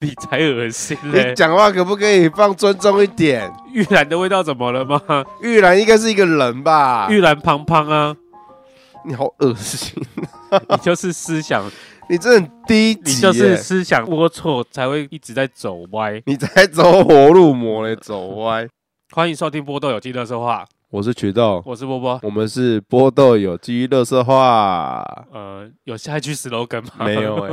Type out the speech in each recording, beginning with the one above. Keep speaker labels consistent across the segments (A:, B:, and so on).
A: 你才恶心嘞
B: 你！讲话可不可以放尊重一点？
A: 玉兰的味道怎么了吗？
B: 玉兰应该是一个人吧？
A: 玉兰胖胖 啊，
B: 你好恶心，
A: 你就是思想，
B: 你真的很低级、
A: 你
B: 耶
A: 就是思想龌龊，才会一直在走歪。
B: 你在走火入魔嘞，走歪。
A: 欢迎收听波豆有机乐色话，
B: 我是渠道，
A: 我是波波。
B: 我们是波豆有机乐 色话，
A: 呃，有下一句 slogan 吗？
B: 没 有哎、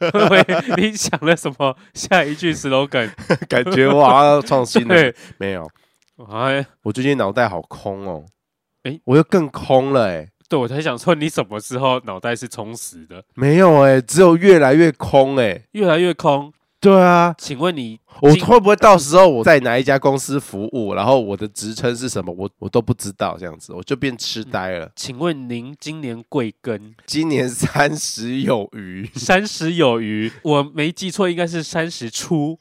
A: 会不会你想了什么下一句 slogan？
B: 感觉我好像创新了。
A: 对，
B: 没有，
A: 哎，
B: 我最近脑袋好空哦。哎、
A: 诶
B: 我又更空了哎、
A: 对我才想说，你什么时候脑袋是充实的？
B: 没有哎、只有越来越空哎、
A: 越来越空。
B: 对啊，
A: 请问你
B: 我
A: 今
B: 会不会到时候我在哪一家公司服务，然后我的职称是什么，我我都不知道，这样子我就变痴呆了。
A: 请问您今年贵庚？
B: 今年三十有 余，
A: 三十有余，我没记错，应该是三十 出。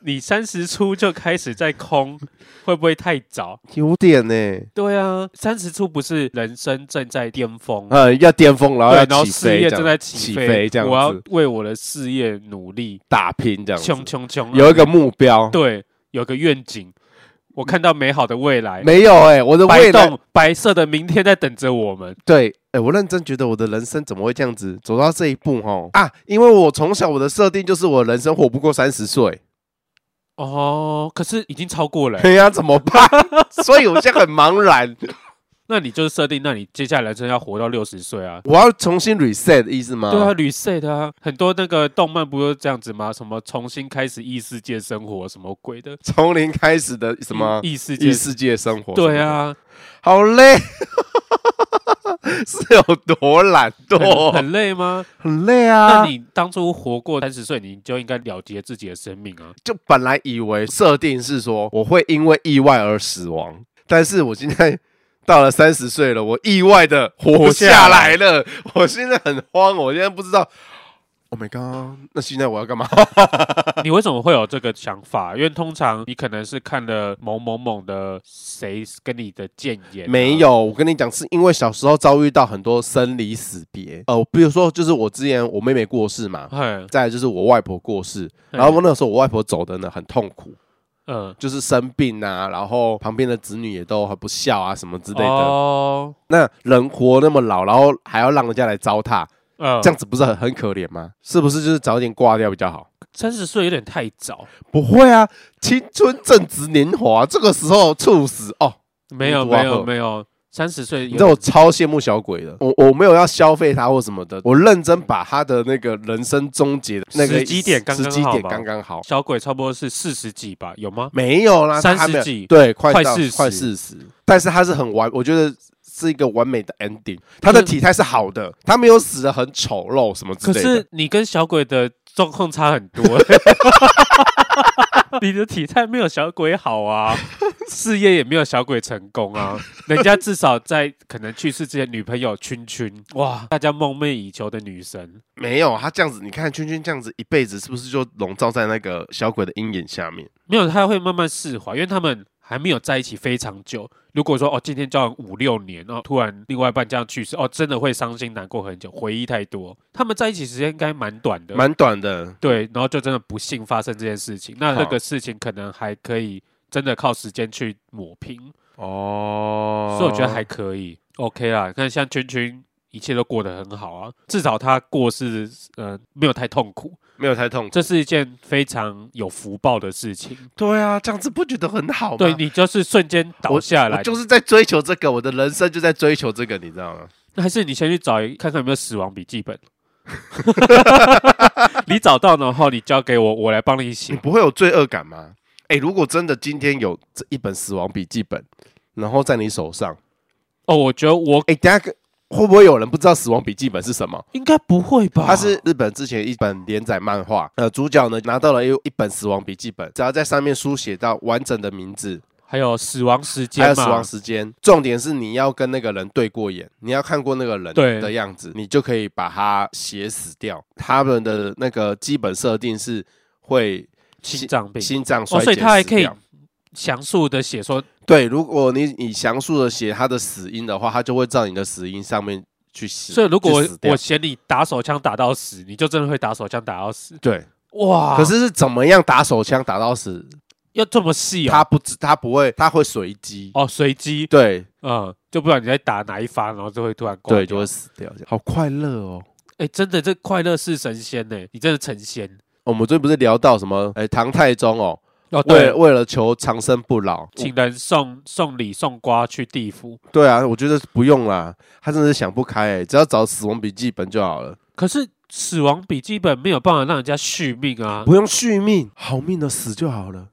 A: 你三十出就开始在空，会不会太早？
B: 有点呢、
A: 对啊，三十出不是人生正在巅峰，
B: 呃，要巅峰，然后
A: 对，
B: 要
A: 然后
B: 起
A: 事
B: 飞，
A: 业
B: 这样
A: 正在
B: 起
A: 飞，
B: 这样
A: 我要
B: 子
A: 为我的事业努力，
B: 打拼这样
A: 穷
B: 子，
A: 穷穷！啊
B: 有一个目标。
A: 对，有个愿景，我看到美好的未来，
B: 没有哎、我的
A: 白
B: 未来
A: 洞白色的明天在等着我们。
B: 对，哎、我认真觉得我的人生怎么会这样子走到这一步哦啊！因为我从小我的设定就是我人生活不过三十岁，
A: 哦，可是已经超过了欸、
B: 哎呀、怎么办？ 所以我现在很茫然，
A: 那你就设定，那你接下来人生要活到六十岁啊？
B: 我要重新 reset 的意思吗？
A: 对啊，reset 啊，很多那个动漫不都这样子吗？什么重新开始异世界生活，什么鬼的？
B: 从零开始的什么
A: 异异世界
B: 异？世界生活？
A: 对，啊，
B: 好累， 是有多懒
A: 很
B: 惰，
A: 很累吗？
B: 很累
A: 那
B: 啊！
A: 你当初活过三十岁，你就应该了结自己的生命 啊！
B: 就本来以为设定是说我会因为意外而死亡，但是我今天到了三十岁了，我意外的活下来了，我现在很慌，我现在不知道。Oh my god！那现在我要干嘛？
A: 你为什么会有这个想法？因为通常你可能是看了某某某的谁跟你的谏言、啊
B: 没，有，我跟你讲，是因为小时候遭遇到很多生离死别。呃，比如说，就是我之前我妹妹过世嘛，
A: 嗯
B: 再来就是我外婆过世，然后那个时候我外婆走的呢很痛苦，
A: 嗯，
B: 就是生病啊，然后旁边的子女也都很不孝啊什么之类的。
A: 哦，
B: 那人活那么老，然后还要让人家来糟蹋，
A: 嗯，
B: 这样子不是很很可怜吗？是不是就是早点挂掉比较好？
A: 三十岁有点太早。
B: 不会啊，青春正值年华，这个时候猝死哦。
A: 没有
B: 孤独啊
A: 没有
B: 呵
A: 没有，三十岁有
B: 你知道我超羡慕小鬼的，我我没有要消费他或什么的，我认真把他的那个人生终结的那个
A: 时机点刚刚
B: 时机点
A: 好吧
B: 刚刚好，
A: 小鬼差不多是四十几吧？有吗？
B: 没有啦，
A: 30
B: 他没有
A: 几
B: 对，快
A: 快
B: 到
A: 40
B: 快四十，但是他是很完，我觉得是一个完美的 ending，他的
A: 可是
B: 体态是好的，他没有死的很丑陋什么之
A: 嗯可
B: 类的。
A: 是你跟小鬼的状况差很 多，你的体态没有小鬼好啊，事业也没有小鬼成功啊。人家至少在可能去世之前，女朋友圈 圈哇，大家梦寐以求的女神，
B: 没有，他这样子，你看圈圈这样子一辈子，是不是就笼罩在那个小鬼的阴影下面？
A: 没有她会慢慢释怀，因为他们。还没有在一起非常久。如果说哦，今天交往五六年，然后突然另外一半这样去世，哦，真的会伤心难过很久，回忆太多。他们在一起时间应该蛮短的，
B: 蛮短的，
A: 对，然后就真的不幸发生这件事情。那
B: 好
A: 这个事情可能还可以真的靠时间去抹平，
B: 哦
A: 所以我觉得还可以 OK 啦。看像圈圈，一切都过得很好啊，至少他过世呃没有太痛苦，
B: 没有太痛苦。
A: 这是一件非常有福报的事情。
B: 对啊，这样子不觉得很好吗？
A: 对你就是瞬间倒下来，
B: 我就是在追求这个，我的人生就在追求这个，你知道吗？
A: 还是你先去找一看看有没有死亡笔记 本。你找到，然后你交给我，我来帮你
B: 你
A: 写。
B: 不会有罪恶感吗？哎、如果真的今天有这一本死亡笔记本，然后在你手上，
A: 哦，我觉得我
B: 哎、等一下会不会有人不知道死亡笔记本是什么？
A: 应该不会吧？
B: 它是日本之前一本连载漫画，呃，主角呢拿到了一一本死亡笔记本，只要在上面书写到完整的名字，
A: 还有死亡时间
B: 还
A: 嘛，
B: 有死亡时间。重点是你要跟那个人对过眼，你要看过那个人
A: 对
B: 的样子，你就可以把他写死掉。他们的那个基本设定是会
A: 心脏病
B: 心脏
A: 哦，
B: 衰竭、
A: 所以他还可以。详述的写说，
B: 对，如果你你详述的写他的死因的话，他就会照你的死因上面去写。
A: 所以如果
B: 去死
A: 我
B: 掉
A: 我嫌你打手枪打到死，你就真的会打手枪打到死。
B: 对
A: 哇！
B: 可是是怎么样打手枪打到死？
A: 要这么细哦，
B: 他不知他不会，他会随机。
A: 哦，随机，
B: 对
A: 嗯，就不知道你在打哪一发，然后就会突然挂掉
B: 对，就会死掉。这样好快乐哦！
A: 哎、真的，这快乐是神仙呢、你真的成仙
B: 我们最不是聊到什么？哎，唐太宗哦，
A: 哦。
B: 为
A: 对，
B: 为了求长生不老，
A: 请人送送礼送瓜去地府，
B: 对啊，我觉得不用啦，他真的是想不开哎，只要找死亡笔记本就好了，
A: 可是《死亡笔记本》没有办法让人家续命啊
B: 不用续命，好命的死就好了。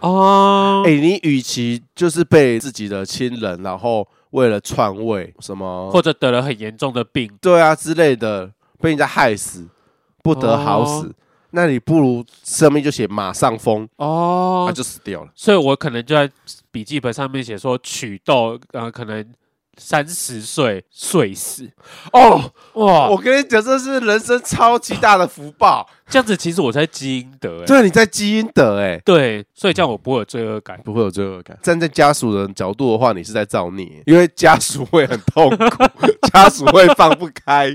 A: 啊！
B: 哎，你与其就是被自己的亲人，然后为了篡位什么
A: 或者得了很严重的病，
B: 对啊之类的，被人家害死，不得好死。那你不如生命就写马上疯，
A: 哦
B: 他就死掉了。
A: 所以我可能就在笔记本上面写说取豆，呃，可能三十岁碎死。
B: 哦，
A: 哇，
B: 我跟你讲，这是人生超级大的福报。
A: 这样子其实我才积阴德、欸。
B: 对，啊你在基因德哎、
A: 对，所以这样我不会有罪恶感。
B: 不会有罪恶感。站在家属的角度的话，你是在造孽，因为家属会很痛 苦，家属会放不开。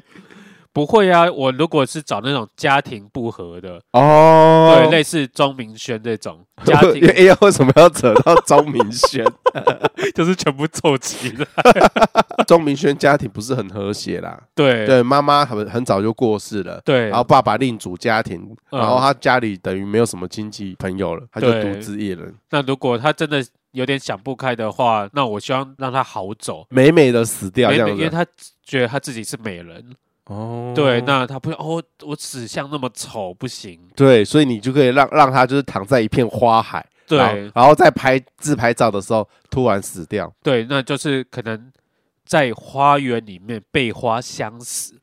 A: 不会啊，我如果是找那种家庭不和的，
B: 哦
A: 对，类似钟明轩这 种家庭，
B: 哎呀，为什么要扯到钟明轩？
A: 就是全部凑齐了。
B: 钟明轩家庭不是很和谐啦，
A: 对
B: 对，妈妈很很早就过世了，
A: 对
B: 然后爸爸另组家庭，
A: 嗯
B: 然后他家里等于没有什么亲戚朋友了，他就
A: 对
B: 独自一人，
A: 那如果他真的有点想不开的话，那我希望让他好走，
B: 美美的死掉
A: 美
B: 这
A: 美，
B: 样
A: 因为
B: 子。
A: 他觉得他自己是美人，
B: 哦
A: 对，那他不哦，我死相那么丑不行，
B: 对，所以你就可以让让他就是躺在一片花海，然
A: 对
B: 后然后在拍自拍照的时候突然死掉，
A: 对，那就是可能在花园里面被花相死，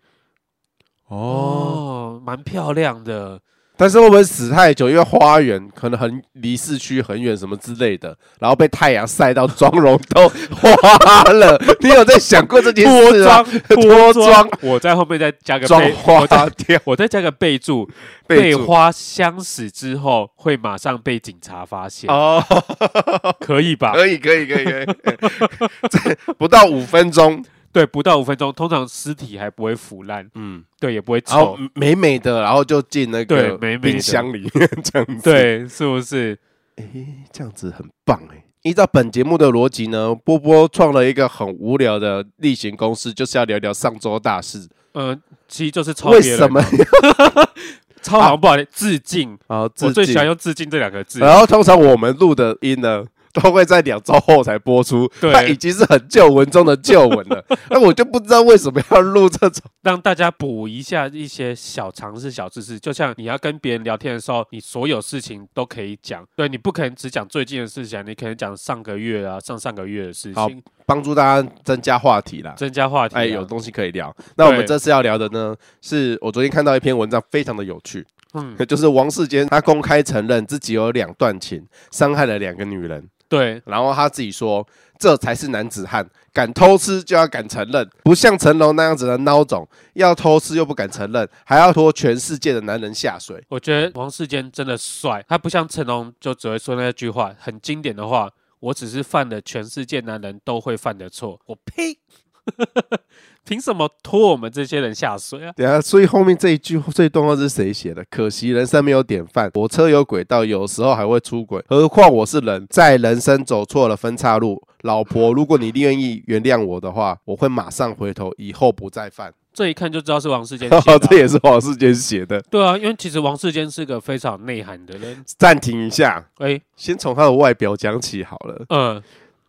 B: 哦，
A: 哦，蛮漂亮 的，
B: 但是会不会死太久？因为花园可能很离市区很远什么之类的，然后被太阳晒到妆容都花了。你有在想过这件事 吗？
A: 脱
B: 啊脱
A: 妆
B: 妆，
A: 我再后面再加个
B: 妆
A: 备，
B: 花
A: 我再
B: 掉，
A: 我再加个备注，
B: 备
A: 被
B: 注
A: 花相死之后会马上被警察发现，
B: 哦，呃
A: 可以吧？
B: 可以可以可以可以，这不到五分钟，
A: 对，不到五分钟，通常尸体还不会腐烂，
B: 嗯，
A: 对，也不会
B: 然后
A: 臭，
B: 美美的，然后就进那
A: 对
B: 个
A: 美美的
B: 冰箱里面这样子，，
A: 对，是不是？
B: 诶，这样子很棒诶。依照本节目的逻辑呢，波波创了一个很无聊的例行公事，就是要聊聊上周大事。
A: 嗯，其实就是抄
B: 为
A: 别人啊
B: 什么？
A: 超好像不好听，致敬。
B: 啊，
A: 我
B: 致
A: 最喜欢
B: 敬。
A: 用“致敬”这两个字。
B: 然后通常我们录的音呢， 都会在两周后才播出，
A: 对
B: 它已经是很旧文中的旧文 了。那我就不知道为什么要录这种。
A: 让大家补一下一些小常识、小知识。就像你要跟别人聊天的时候，你所有事情都可以讲，对你不可能只讲最近的事情啊，你可能讲上个月啊、上上个月的事
B: 好
A: 情，
B: 帮助大家增加话题啦。
A: 增加话题、啊。
B: 哎，有东西可以聊。那我们这次要聊的呢，是我昨天看到一篇文章，非常的有趣，
A: 嗯，
B: 就是王世坚他公开承认自己有两段情，伤害了两个女人，
A: 对，
B: 然后他自己说这才是男子汉，敢偷吃就要敢承认，不像成龙那样子的孬种，要偷吃又不敢承认，还要拖全世界的男人下水。
A: 我觉得王世坚真的帅，他不像成龙就只会说那句话，很经典的话。我只是犯了全世界男人都会犯的错，我呸！ 凭什么拖我们这些人下水啊？
B: 对啊，所以后面这一句这一段话是谁写的？可惜人生没有典范，火车有轨道，有时候还会出轨，何况我是人，在人生走错了分岔路，老婆，如果你愿意原谅我的话，我会马上回头，以后不再犯。
A: 这一看就知道是王世 坚写
B: 这
A: 的啊、
B: 也是王世坚写的。
A: 对啊，因为其实王世坚是个非常内涵的人。
B: 暂停一下，
A: 哎、
B: 先从他的外表讲起好了。
A: 嗯，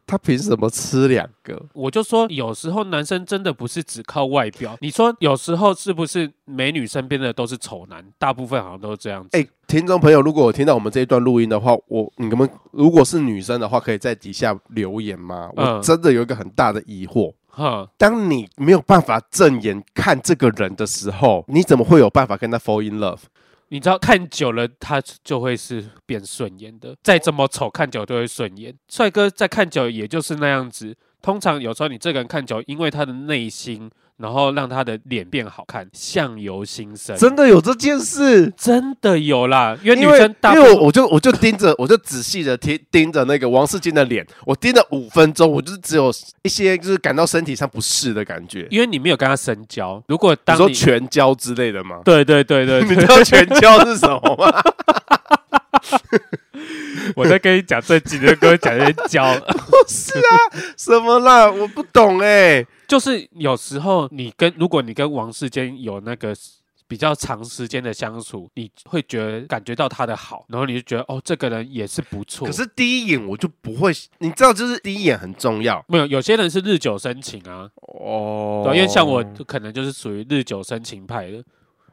B: 他凭什么吃两个？
A: 我就说，有时候男生真的不是只靠外表。你说有时候是不是美女身边的都是丑男？大部分好像都是这样子。
B: 哎、听众朋友，如果有听到我们这一段录音的话，我你们如果是女生的话，可以在底下留言吗？
A: 嗯
B: 我真的有一个很大的疑惑。
A: 哼，
B: 当你没有办法正眼看这个人的时候，你怎么会有办法跟他 fall in love？
A: 你知道看久了，他就会是变顺眼的。再怎么丑，看久都会顺眼。帅哥再看久也就是那样子。通常有时候你这个人看久，因为他的内心然后让他的脸变好看，相由心生。
B: 真的有这件事。
A: 真的有啦，因为女
B: 因为
A: 生大
B: 因
A: 部
B: 为
A: 分
B: 我我就我就盯着，我就仔细的盯盯着那个王世坚的脸，我盯了五分钟，我就是只有一些就是感到身体上不适的感觉，
A: 因为你没有跟他深交。如果
B: 你
A: 当
B: 说
A: 你
B: 全焦之类的吗？
A: 对对对 对， 对
B: 你知道全焦是什么 吗？
A: 我在跟你讲这几个，跟我讲些交，
B: 啊什么啦？我不懂哎、
A: 就是有时候你跟如果你跟王世坚有那个比较长时间的相处，你会觉得感觉到他的好，然后你就觉得哦，这个人也是不错。
B: 可是第一眼我就不会，你知道，就是第一眼很重要
A: 没有，有些人是日久生情啊，
B: 哦
A: 对啊因为像我可能就是属于日久生情派的。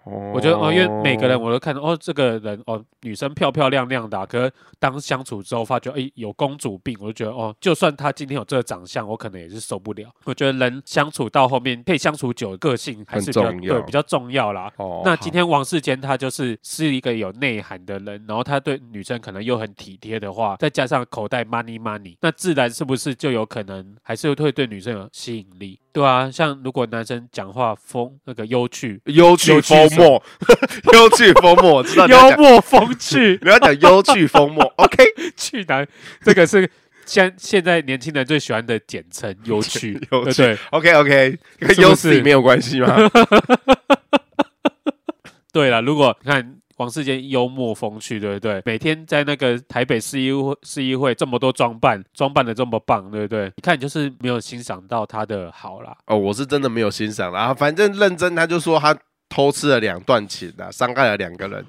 A: 我
B: 我
A: 觉得哦，因为每个人我都看到哦，这个人哦，女生漂漂亮亮的啊、可是当相处之后发觉，哎，有公主病，我就觉得哦，就算她今天有这个长相，我可能也是受不了。我觉得人相处到后面，可以相处久，个性还是比较
B: 很重要
A: 对比较重要啦。
B: 哦
A: 那今天王世坚他就是是一个有内涵的人，然后他对女生可能又很体贴的话，再加上口袋 money money，那自然是不是就有可能还是会对女生有吸引力？对啊，像如果男生讲话风那个忧趣。
B: 幽趣风墨， 幽趣风墨，我知道你要
A: 幽
B: 讲，
A: 默风趣，
B: 你要讲幽趣风墨，OK？，
A: 去男，这个是现现在年轻人最喜欢的简称，有趣 对
B: 有
A: 不
B: 趣
A: 对
B: ，OK OK，跟
A: 是不
B: 优势
A: 是
B: 没有关系吗？
A: 对了，如果你看。王世坚幽默风趣，对不对？每天在那个台北市议会市议会这么多装扮，装扮的这么棒，对不对？你看，你就是没有欣赏到他的好啦。
B: 哦，我是真的没有欣赏啦，啊反正认真他就说他偷吃了两段情啊，伤害了两个人，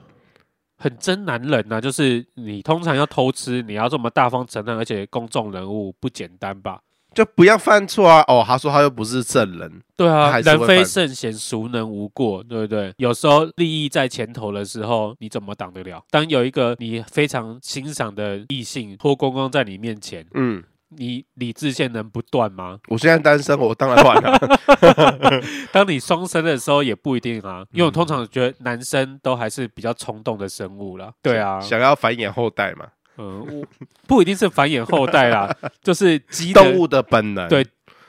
A: 很真男人呐、啊就是你通常要偷吃，你要这么大方承认，而且公众人物不简单吧？
B: 就不要犯错啊。哦，他说他又不是证人，
A: 对
B: 他
A: 啊，
B: 还是会
A: 人非
B: 犯
A: 圣贤，孰能无过，对不对？有时候利益在前头的时候，你怎么挡得了？当有一个你非常欣赏的异性脱光光在你面前，
B: 嗯，
A: 你理智线能不断吗？
B: 我现在单身，我当然换了、
A: 当你双生的时候也不一定
B: 嗯
A: 啊，因为我通常觉得男生都还是比较冲动的生物啦。 对啊，
B: 想要繁衍后代嘛，
A: 嗯，我不一定是繁衍后代 啦，就是机能
B: 动物的本能，
A: 对，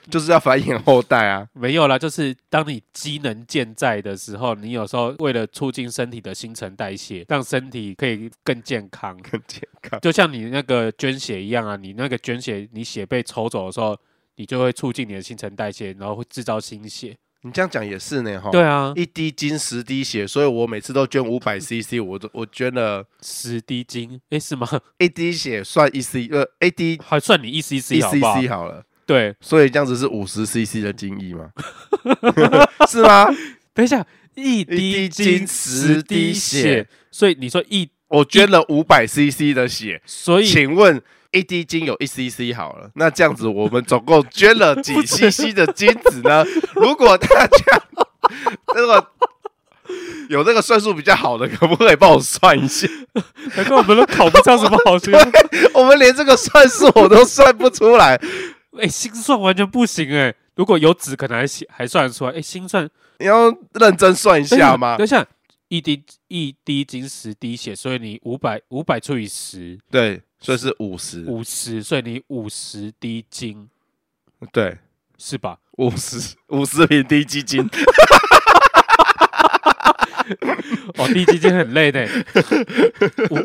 B: 就是要繁衍后代啊。
A: 没有啦，就是当你机能健在的时候，你有时候为了促进身体的新陈代谢，让身体可以更健康，
B: 更健康。
A: 就像你那个捐血一样啊，你那个捐血，你血被抽走的时候，你就会促进你的新陈代谢，然后会制造新血。
B: 你这样讲也是呢，哈。
A: 对，啊，
B: 一滴金十滴血，所以我每次都捐五百 CC，我都我捐了
A: 十滴精，诶，是吗？
B: 一滴血算一 C，呃，一滴
A: 还算你一
B: 一
A: cc 好不好？
B: CC 好了，
A: 对，
B: 所以这样子是五十 CC 的精益吗？ 是吗？
A: 等一下，一滴
B: 滴
A: 精
B: 精十滴血，
A: 所以你说一，
B: 我捐了五百 CC 的血，
A: 所以
B: 请问一滴金有一 CC 好了，那这样子我们总共捐了 几 CC 的精子呢？如果大家 如果有那个算术比较好的，可不可以帮我算 一下？
A: 难怪我们都考不上什么好学校。
B: 我们连这个算术我都算不出来。
A: 哎、心算完全不行哎、如果有纸可能还写还算得出来，哎、心算
B: 你要认真算一下吗
A: 等？一下，一滴一滴精十滴血，所以你五百五百除以十
B: 对，所以是五十，
A: 五十，所以你五十滴精
B: 对，
A: 是吧？
B: 五十五十平低基金，
A: 哦，滴精精很累呢，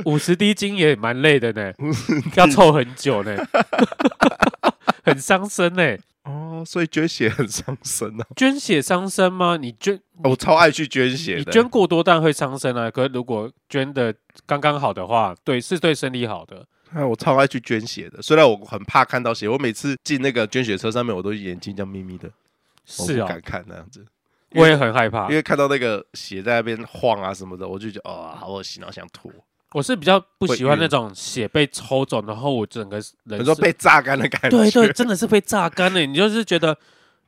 A: 五五十滴精也蛮累的 呢，要凑很久呢， 很伤身呢。
B: 哦，所以捐血很伤身 啊！
A: 捐血伤身吗？你捐
B: 哦我超爱去捐血
A: 你
B: 的，
A: 捐过多当然会伤身啊，可是如果捐的刚刚好的话，对，是对身体好的。
B: 啊，我超爱去捐血的。虽然我很怕看到血，我每次进那个捐血车上面，我都眼睛这样眯眯的，我
A: 是
B: 不
A: 啊、
B: 敢看那样子，因
A: 我
B: 为
A: 也很害怕
B: 因。为看到那个血在那边晃啊什么的，我就觉得哦，好恶心，然后想吐。
A: 我是比较不喜欢
B: 会晕
A: 那种血被抽走，然后我整个人
B: 你说
A: 是
B: 被榨干的感觉，
A: 对 对，真的是被榨干了。你就是觉得，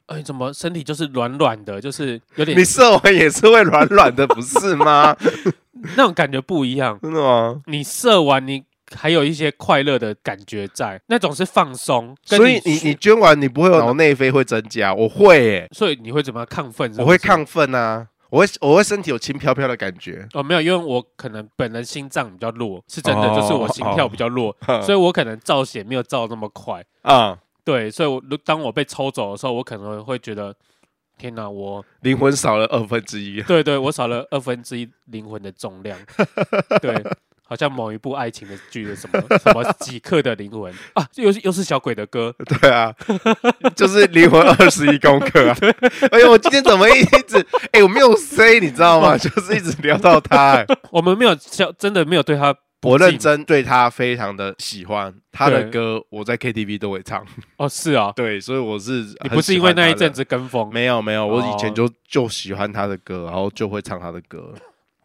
A: 哎，怎么身体就是软软的，就是有点
B: 你射完也是会软软的，不是吗？
A: 那种感觉不一样。
B: 真的吗？
A: 你射完你。还有一些快乐的感觉在，那种是放松。跟
B: 所以你你捐完，你不会有脑内啡会增加？我会耶、
A: 所以你会怎么样亢奋是不是
B: 我会亢奋啊，我会我会身体有轻飘飘的感觉。
A: 哦，没有，因为我可能本人心脏比较弱，是真的，
B: 哦嗯
A: 就是我心跳比较弱，所以我可能造血没有造那么快。
B: 啊、
A: 对，所以我如当我被抽走的时候，我可能会觉得天哪，我
B: 灵魂少了二分之一。
A: 对对，我少了二分之一灵魂的重量，对，好像某一部爱情的剧的什么什么几克的灵魂啊，又是又是小鬼的歌，
B: 对啊，就是灵魂二十一公 克啊！哎呦，我今天怎么一直哎、我没有 say，你知道
A: 嗯
B: 吗？就是一直聊到他、哎
A: 我们没有笑，真的没有对他 不
B: 我认
A: 敬
B: 真对他非常的喜欢，他的
A: 对
B: 歌我在 KTV 都会唱，
A: 哦，是啊，
B: 对，所以我是
A: 你
B: 很
A: 不是
B: 喜
A: 因为
B: 欢
A: 那一
B: 他的
A: 阵子跟风
B: 没有没有，我以
A: 哦
B: 前就就喜欢他的歌，然后就会唱他的歌，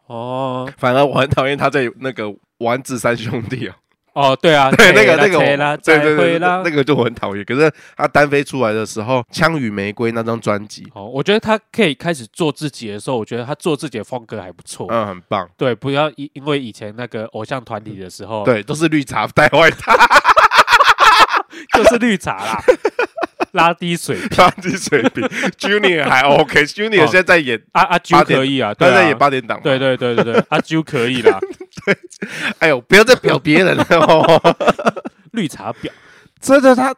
A: 哦
B: 反而我很讨厌他在那个丸子三兄弟哦，
A: 哦，对啊，
B: 对那个
A: 再
B: 那
A: 啦再
B: 个我，
A: 啦，
B: 对
A: 再
B: 对
A: 会
B: 对，
A: 啦
B: 那个就我很讨厌。可是他单飞出来的时候，《枪与玫瑰》那张专辑，
A: 哦，我觉得他可以开始做自己的时候，我觉得他做自己的风格还不错。
B: 嗯，很棒，
A: 对，不要因因为以前那个偶像团体的时候，，
B: 对，都是绿茶带坏他，
A: 就是绿茶啦，拉低水平
B: 垃圾水平。Junior 还 OK，Junior
A: 哦
B: 现在在演，
A: 啊啊，啾
B: 八点
A: 可以啊，
B: 他
A: 对
B: 在演
A: 啊，
B: 八点档嘛，
A: 对对对对对，阿啾可以啦，
B: 哎呦，不要再表别 人了哦！
A: 绿茶婊，
B: 真的他，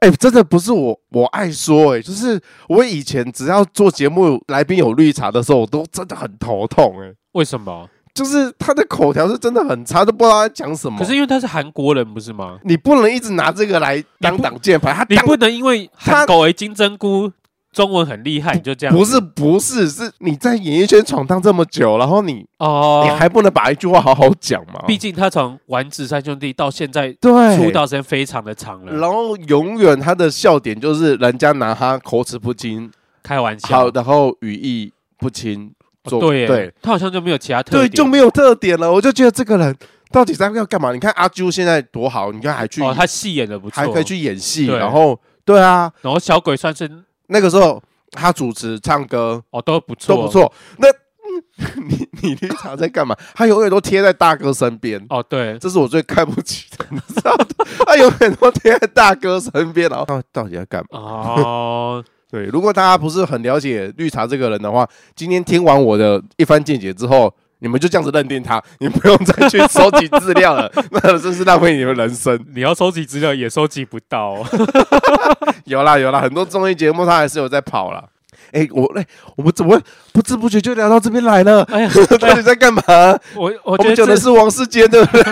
B: 哎、真的不是我，我爱说、哎，就是我以前只要做节目，来宾有绿茶的时候，我都真的很头痛、哎，
A: 为什么？
B: 就是他的口条是真的很差，都不知道他讲什么。
A: 可是因为他是韩国人，不是吗？
B: 你不能一直拿这个来当挡箭牌，他
A: 你
B: 当
A: 不能因为
B: 他
A: 韩狗为金针菇，中文很厉害，你就这样
B: 不是不是是你在演艺圈闯荡这么久，然后你、
A: 哦
B: 你。还不能把一句话好好讲吗？
A: 毕竟他从丸子三兄弟到现在
B: 对
A: 出道时间非常的长了，
B: 然后永远他的笑点就是人家拿他口齿不清，
A: 开玩笑哦
B: 好，，然后语义不清，做、
A: 对耶
B: 对
A: 他好像就没有其他特
B: 对
A: 点，
B: 就没有特点了。我就觉得这个人到底在要干嘛？你看阿啾现在多好，你看还去、
A: 哦，他戏演的不错，
B: 还可以去演戏，
A: 对
B: 然后对啊，
A: 然后小鬼算是
B: 那个时候他主持、唱歌
A: 哦都不错，
B: 都不错。那、嗯 你你绿茶在干嘛？他永远都贴在大哥身边。
A: 哦，对，
B: 这是我最看不起的，你知道吗？他永远都贴在大哥身边，然后他到底在干嘛？
A: 哦，
B: 对，如果大家不是很了解绿茶这个人的话，今天听完我的一番见解之后，你们就这样子认定他，你不用再去收集资料了， 那真是浪费你们人生。
A: 你要收集资料也收集不到、
B: 有啦有啦，很多综艺节目他还是有在跑啦。哎、我哎、我们怎么会不知不觉就聊到这边来了？
A: 哎呀，
B: 到底在干嘛？
A: 我我
B: 我
A: 觉
B: 们
A: 得
B: 讲的
A: 这
B: 是王世坚，对不 对？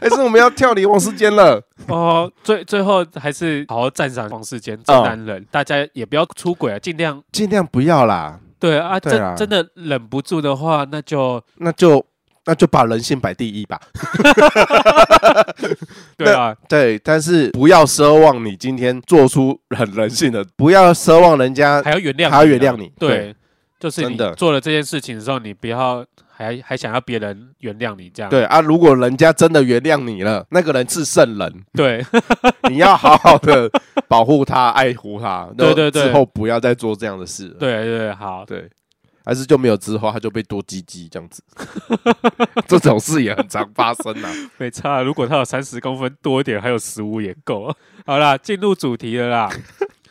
B: 还是我们要跳离王世坚了？
A: 哦，最最后还是好好赞赏王世坚真男
B: 嗯
A: 人，大家也不要出轨啊，尽量
B: 尽量不要啦，
A: 对啊，
B: 对啊
A: 真真的忍不住的话，那就
B: 那就那就把人性摆第一吧。
A: 对啊，
B: 对，但是不要奢望你今天做出很人性的，不要奢望人家
A: 还要原谅你啊，
B: 他原谅你。
A: 对，就是
B: 真
A: 你
B: 的
A: 做了这件事情的时候，你不要还还想要别人原谅你这样，
B: 对啊，如果人家真的原谅你了，那个人是圣人，
A: 对
B: 你要好好的保护他、爱护他。
A: 对对对
B: 之后不要再做这样的事了。
A: 对对，好，
B: 对，还是就没有之后，他就被多鸡鸡这样子， 这种事也很常发生啊。
A: 没差。如果他有三十公分多一点，还有十五也够。好啦，进入主题了啦。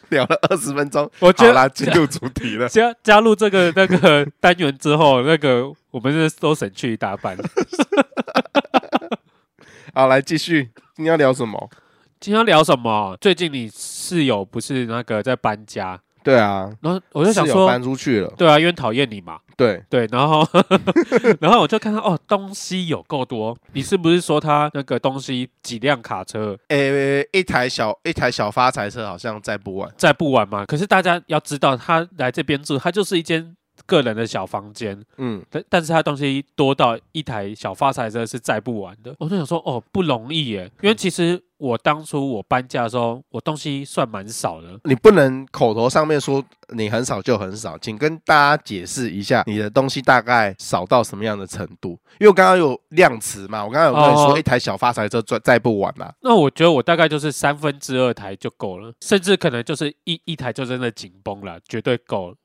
B: 聊了二十分钟，
A: 我觉
B: 好
A: 得。
B: 啦，进入主题了
A: 加加入这个那个单元之后，那个我们是都省去一大半。
B: 好，来继续，今天要聊什么？
A: 今天要聊什么？最近你室友不是那个在搬家，
B: 对啊，
A: 然后我就想
B: 室友
A: 说
B: 搬，出去了，
A: 对啊，因为讨厌你嘛，
B: 对，
A: 对，然 后 然后我就看到哦，东西有够多。你是不是说他那个东西几辆卡车
B: 诶、一台小一台小发财车好像载不完。
A: 载不完嘛？可是大家要知道，他来这边住，他就是一间个人的小房间，
B: 嗯，
A: 但但是他东西多到一台小发财车是载不完的。我就想说，哦，不容易耶，因为其实我当初我搬家的时候，我东西算蛮少的。
B: 你不能口头上面说你很少就很少，请跟大家解释一下你的东西大概少到什么样的程度。因为我刚刚有量词嘛，我刚刚有跟你
A: 哦
B: 说一台小发财车载载不完啊啦。
A: 那我觉得我大概就是三分之二台就够了，甚至可能就是一一台就真的紧绷了，绝对够了。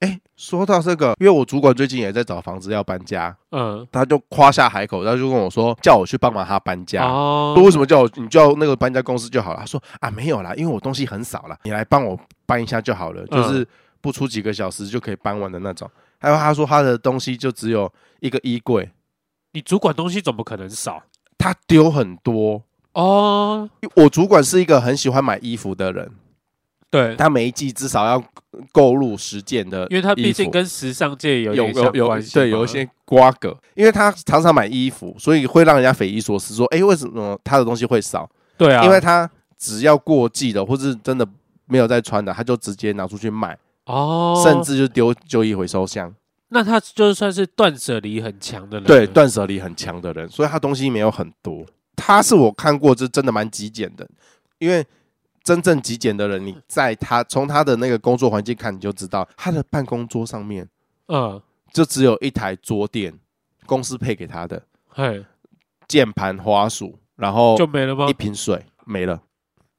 B: 哎，说到这个，因为我主管最近也在找房子要搬家，
A: 嗯，
B: 他就夸下海口，他就跟我说叫我去帮忙他搬家。
A: 哦
B: 说为什么叫我你叫那个搬家公司就好了？他说啊没有啦，因为我东西很少啦，你来帮我搬一下就好了，
A: 嗯
B: 就是不出几个小时就可以搬完的那种。还有他说他的东西就只有一个衣柜，
A: 你主管东西怎么可能少？
B: 他丢很多。
A: 哦，
B: 我主管是一个很喜欢买衣服的人，
A: 对，
B: 他每一季至少要购入十件的衣服，
A: 因为他毕竟跟时尚界有
B: 有
A: 点
B: 有
A: 相
B: 有
A: 关系嘛，
B: 对有一些瓜葛，因为他常常买衣服，所以会让人家匪夷所思，说哎、诶为什么他的东西会少？
A: 对啊，
B: 因为他只要过季的，或是真的没有在穿的，他就直接拿出去卖，
A: 哦，
B: 甚至就丢旧衣回收箱。
A: 那他就算是断舍离很强的人了，
B: 对，断舍离很强的人，所以他东西没有很多。他是我看过，就真的蛮极简的，因为真正极简的人，你在他从他的那个工作环境看，你就知道他的办公桌上面
A: 嗯，
B: 就只有一台桌垫，公司配给他的
A: 嘿，
B: 键盘、花鼠，然后
A: 就没了吗
B: 一？瓶水没了，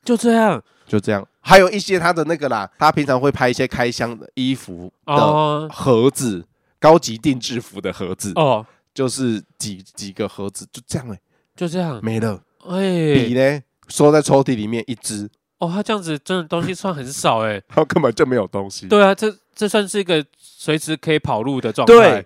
A: 就这样
B: 哦就这样。还有一些他的那个啦，他平常会拍一些开箱的衣服的
A: 哦
B: 盒子，高级定制服的盒子，
A: 哦，嗯
B: 就是几几个盒子，就这样哎、
A: 就这样，
B: 没了。笔
A: 哎，
B: 呢收在抽屉里面一支，
A: 哦，他这样子真的东西算很少哎，
B: 他根本就没有东西。
A: 对啊，这这算是一个随时可以跑路的状态，
B: 对，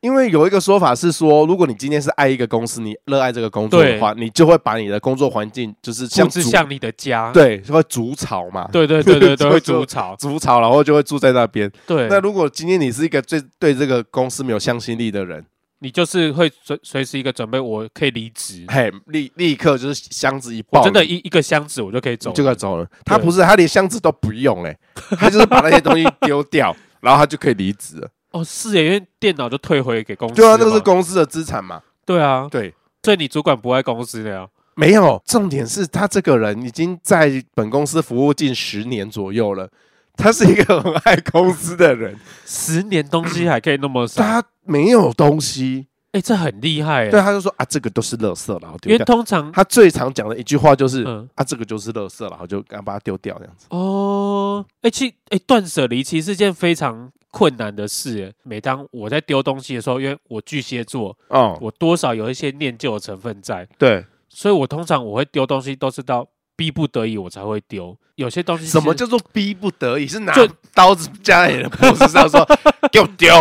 B: 因为有一个说法是说，如果你今天是爱一个公司，你热爱这个工作的话，你就会把你的工作环境就是像
A: 不是
B: 筑
A: 像你的家，
B: 对，就会筑巢嘛，
A: 对对对对对，
B: 就
A: 会
B: 就
A: 筑巢，
B: 筑巢，然后就会住在那边。
A: 对，
B: 那如果今天你是一个最对这个公司没有向心力的人，
A: 你就是会随随时一个准备，我可以离职，
B: 嘿，立立刻就是箱子一
A: 我
B: 爆，
A: 真的
B: 你
A: 一一个箱子我就可以走
B: 就
A: 了，
B: 该走了。他不是，他连箱子都不用嘞，他就是把那些东西丢掉，然后他就可以离职了。
A: 哦，是耶，因为电脑就退回给公司嘛，
B: 对啊，那个是公司的资产嘛。
A: 对啊，
B: 对，
A: 所以你主管不爱公司的呀？
B: 没有，重点是他这个人已经在本公司服务近十年左右了，他是一个很爱公司 的人，
A: 十年东西还可以那么少，哎、
B: 他没有东西，
A: 这很厉害
B: 啊对，
A: 哎。
B: 他就说啊，啊这个都是垃圾，然后
A: 因
B: 丢
A: 为
B: 掉。
A: 通常，
B: 他最常讲的一句话就是、
A: 嗯，
B: 啊，这个就是垃圾，然后就赶把它丢掉这样子。
A: 哦，哎、其哎、断舍离其实是件非常困难的事耶。每当我在丢东西的时候，因为我巨蟹座，
B: 哦，
A: 我多少有一些念旧的成分在，
B: 对，
A: 所以我通常我会丢东西都是到逼不得已我才会丢。有些东西
B: 什么
A: 是
B: 叫做逼不得已？是拿
A: 就
B: 刀子架在你的脖子 上说给我丢，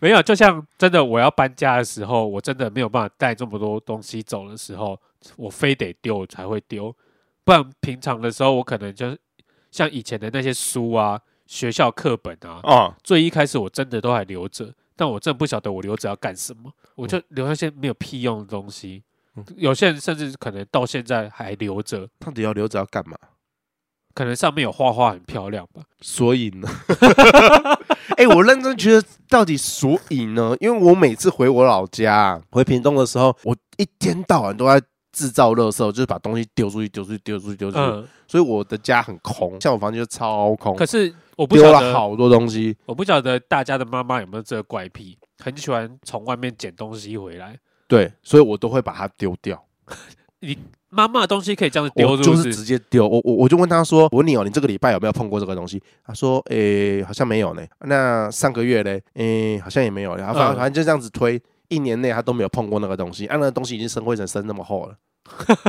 A: 没有，就像真的我要搬家的时候，我真的没有办法带这么多东西走的时候，我非得丢我才会丢，不然平常的时候我可能就是像以前的那些书啊、学校课本啊，
B: 哦，
A: 最一开始我真的都还留着，但我真的不晓得我留着要干什么，我就留那些没有屁用的东西
B: 嗯。
A: 有些人甚至可能到现在还留着，
B: 到底要留着要干嘛？
A: 可能上面有画画很漂亮吧。
B: 所以 呢，哎、我认真觉得到底所以呢，因为我每次回我老家、回屏东的时候，我一天到晚都在制造垃圾，就是把东西丢出去、丢出去、丢出去、丢出去，
A: 嗯，
B: 所以我的家很空，像我房间就超空
A: 可，是我不
B: 丢
A: 晓
B: 了
A: 得，
B: 好多东西。
A: 我不晓得大家的妈妈有没有这个怪癖，很喜欢从外面捡东西回来。
B: 对，所以我都会把它丢掉，
A: 妈妈的东西可以这样子
B: 我
A: 丢，
B: 就是
A: 不
B: 直接丢。我我我就问他说：“我问你哦，你这个礼拜有没有碰过这个东西？”他说：“诶、好像没有呢。那上个月嘞，诶、好像也没有。然后反
A: 嗯
B: 反正就这样子推，一年内他都没有碰过那个东西，啊，那个东西已经生灰尘生那么 厚了。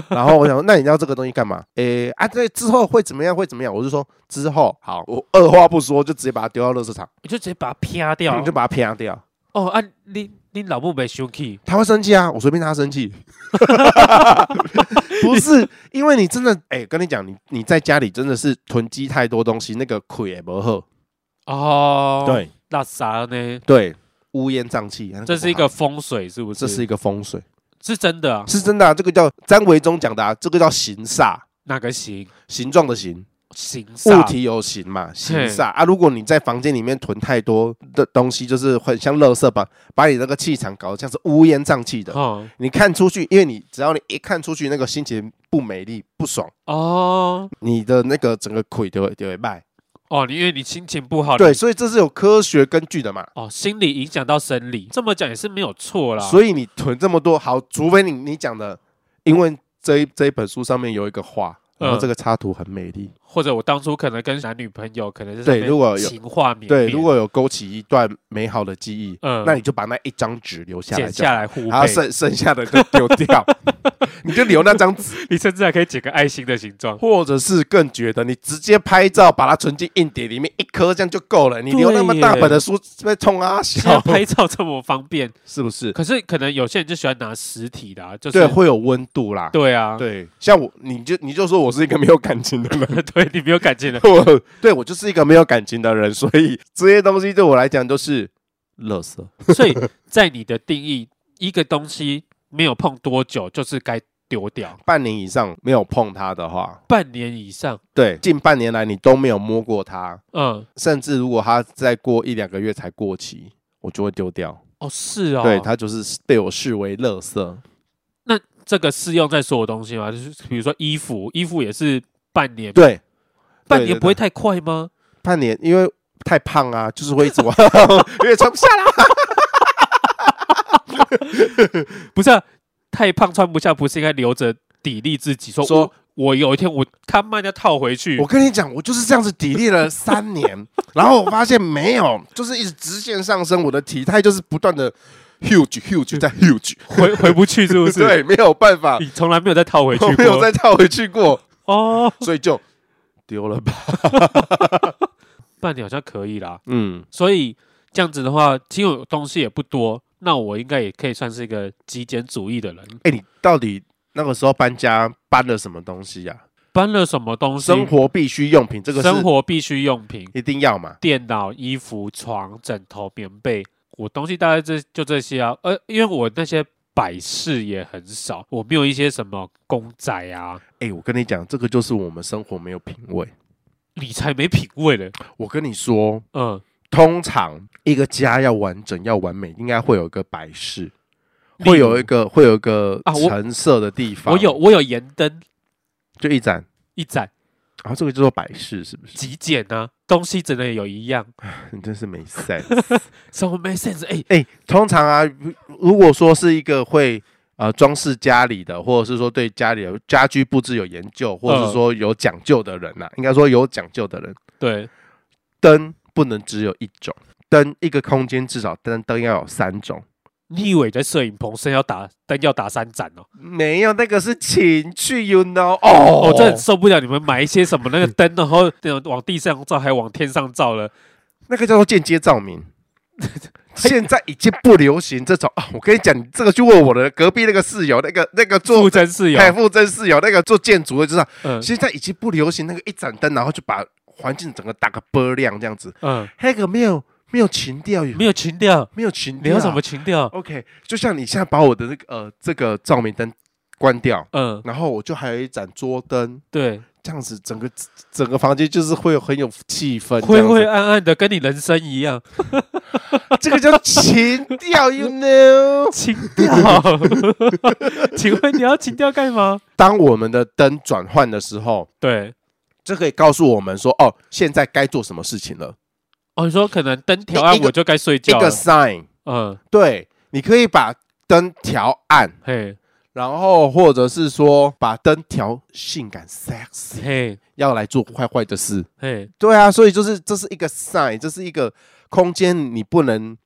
B: 然后我想说，那你要这个东西干嘛？诶、啊，对，之后会怎么样？会怎么样？我就说之后好，我二话不说就直接把它丢到垃圾场，
A: 你就直接把它啪掉
B: 你。嗯就把它撇掉。
A: 哦啊，你你老母没生气，
B: 他会生气啊，我随便他生气。不是，因为你真的，哎、跟你讲，你你在家里真的是囤积太多东西，那个亏也不好。
A: 哦，，那啥呢？
B: 对，乌烟瘴气，那
A: 这
B: 不好
A: 是一个，风水，是不是？
B: 这是一个风水，
A: 是真的啊，
B: 是真的、啊。这个叫张维忠讲的、啊，这个叫形煞，
A: 哪个形
B: 形状的形，
A: 形
B: 物
A: 煞？
B: 体有形嘛，形煞啊。如果你在房间里面囤太多的东西，就是很像垃圾吧，把你那个气场搞得像是乌烟瘴气的。
A: 哦
B: 你看出去，因为你只要你一看出去，那个心情不美丽、不爽。
A: 哦
B: 你的那个整个腿都会都会卖。
A: 哦，你因为你心情不好，
B: 对，所以这是有科学根据的嘛。
A: 哦，心理影响到生理，这么讲也是没有错啦。
B: 所以你囤这么多，好，除非你你讲的，因为这一这一本书上面有一个画，然后
A: 嗯
B: 这个插图很美丽。
A: 或者我当初可能跟男女朋友可能是
B: 对
A: 在那边
B: 如果有
A: 情话绵绵
B: 对，如果有勾起一段美好的记忆，
A: 嗯
B: 那你就把那一张纸留下
A: 剪
B: 来就好，
A: 下来互
B: 然后
A: 背，
B: 剩剩下的就丢 掉，你就留那张纸，
A: 你甚至还可以剪个爱心的形状。
B: 或者是更觉得你直接拍照，把它存进硬碟里面，一颗这样就够了。你留那么
A: 对
B: 大
A: 耶
B: 本的书，被冲 啊
A: 现在
B: 小，
A: 拍照这么方便，
B: 是不是？
A: 可是可能有些人就喜欢拿实体的、啊，就是
B: 对，会有温度啦。
A: 对啊，
B: 对，像我，你就你就说我是一个没有感情的人。
A: 对你没有感情了，
B: 我对我就是一个没有感情的人，所以这些东西对我来讲都是垃圾。
A: 所以在你的定义，一个东西没有碰多久就是该丢掉，
B: 半年以上没有碰它的话，
A: 半年以上，
B: 对，近半年来你都没有摸过它，
A: 嗯，
B: 甚至如果它再过一两个月才过期，我就会丢掉。
A: 哦是哦，
B: 对，它就是被我视为垃圾。
A: 那这个适用在所有东西吗？就是比如说衣服，衣服也是半年，
B: 对，
A: 半年不会
B: 对
A: 太快吗？
B: 对半年，因为太胖啊，就是会一直玩， 因为穿不下啦。
A: 不是、啊，太胖穿不下，不是应该留着砥砺自己，说
B: 说
A: 我我有一天我他妈要套回去
B: 我，跟你讲，我就是这样子砥 砺了三年，然后我发现没有，就是一直直线上升，我的体态就是不断的 huge huge 再 huge，
A: 回 回不去 是不是？
B: 对，没有办法，
A: 你从来没有再套回去
B: 我
A: 过，
B: 没有再套回去过，
A: 哦，
B: 所以就丢了 吧。
A: 半年好像可以啦。
B: 嗯，
A: 所以这样子的话，其实我东西也不多，那我应该也可以算是一个极简主义的人。
B: 哎、你到底那个时候搬家搬了什么东西呀、
A: 搬了什么东西？
B: 生活必需用品，这个是
A: 生活必需用品，
B: 一定要嘛？
A: 电脑、衣服、床、枕头、棉被，我东西大概这就这些啊。呃，因为我那些摆饰也很少，我没有一些什么公仔啊。
B: 哎、我跟你讲，这个就是我们生活没有品味。
A: 你才没品味嘞。
B: 我跟你说，
A: 嗯，
B: 通常一个家要完整、要完美，应该会有一个摆饰，
A: 例如
B: 会有一个会有一个
A: 啊我
B: 橙色的地方。
A: 我有，我有盐灯
B: 就一盏，
A: 一盏，
B: 然后这个叫做摆饰，是不是？
A: 极简啊，东西真的有一样，
B: 你真是没 sense。
A: 什么没 sense？哎、
B: 哎、通常啊，如如果说是一个会呃装饰家里的，或者是说对家里的家居布置有研究，或者是说有讲究的人啊
A: 嗯
B: 呐、应该说有讲究的人，
A: 对，
B: 灯不能只有一种，灯一个空间至少灯灯要有三种。
A: 你以为在摄影棚是要打灯要打三盏哦？
B: 没有，那个是情趣，you know？哦，
A: 我、真的受不了你们买一些什么那个灯，然后那种往地上照还往天上照了，
B: 那个叫做间接 照明。现在已经不流行这种啊！我跟你讲，你这个去问我的隔壁那个室友，那个那个做
A: 不真是有，
B: 海富真室友，那个做建筑的，知道。
A: 嗯
B: 现在已经不流行那个一盏灯，然后就把环境整个打个波亮这样子，
A: 嗯，
B: 那个没有没有情调，
A: 没有情调，
B: 没有情
A: 你
B: 调。啊
A: 有什么情调？
B: ？OK，就像你现在把我的那个呃这个照明灯关掉，
A: 嗯，
B: 然后我就还有一盏桌灯，
A: 对，
B: 这样子整个整个房间就是会有很有气氛，
A: 灰
B: 这
A: 灰
B: 样
A: 暗暗的，跟你人生一 样，
B: 子这个叫情调，you know。
A: 情 调。请问你要情调干嘛？
B: 当我们的灯转换的时候，
A: 对，
B: 这可以告诉我们说，哦，现在该做什么事情了，
A: 哦，你说可能灯调暗
B: 一个
A: 我就该睡
B: 一
A: 觉
B: 个
A: 了，
B: sign。
A: 嗯，
B: 对，你可以把灯调暗，
A: 嘿，
B: 然后或者是说把灯调性感 sexy，
A: 嘿，
B: 要来做坏坏的事。
A: 嘿，
B: 对啊，所以就是这是一个 sign，这是一个空间，你不能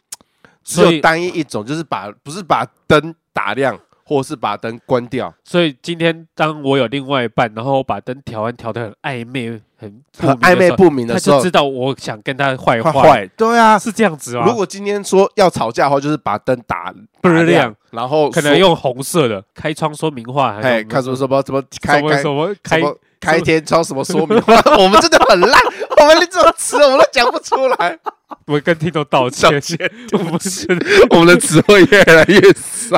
B: 只
A: 所以
B: 有单一一种，就是把不是把灯打亮，或是把灯关掉，
A: 所以今天当我有另外一半，然后我把灯调暗调的很暧昧，很不
B: 很
A: 明的
B: 暧昧
A: 时候
B: 不明的
A: 他
B: 时
A: 就
B: 候
A: 知，道我想跟他坏
B: 坏坏。对啊，
A: 是这样子吗？
B: 如果今天说要吵架的话，就是把灯打打
A: 亮
B: 亮，然后
A: 可能
B: 说
A: 用红色的开窗说明话，还
B: 哎
A: 是
B: 看什么什么怎么
A: 什
B: 开
A: 么
B: 开
A: 什么
B: 什
A: 开
B: 么开天窗什么说明话， 我们真的很烂，我们连这种词我们都讲不出来，
A: 我跟听众道歉，
B: 道
A: 我们是
B: 我们的词汇越来越少。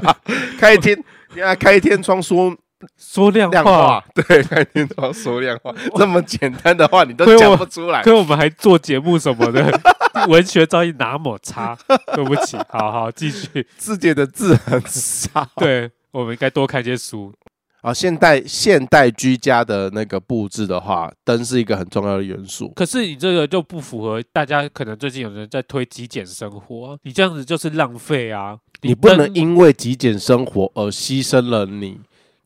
B: 开天， 啊，开天窗说
A: 说亮
B: 亮
A: 话
B: 话，， 对，开天窗说亮话，这么简单的话你都
A: 亏我
B: 讲不出来。
A: 跟我们还做节目什么的， 文学造诣那么 差，对不起，好好继续，
B: 字典的字很少。
A: 对我们应该多看些书，
B: 啊，现代现代居家的那个布置的话，灯是一个很重要的元素。
A: 可是你这个就不符合大家可能最近有人在推极简生活啊、你这样子就是浪费啊！
B: 你不能
A: 灯
B: 因为极简生活而牺牲了你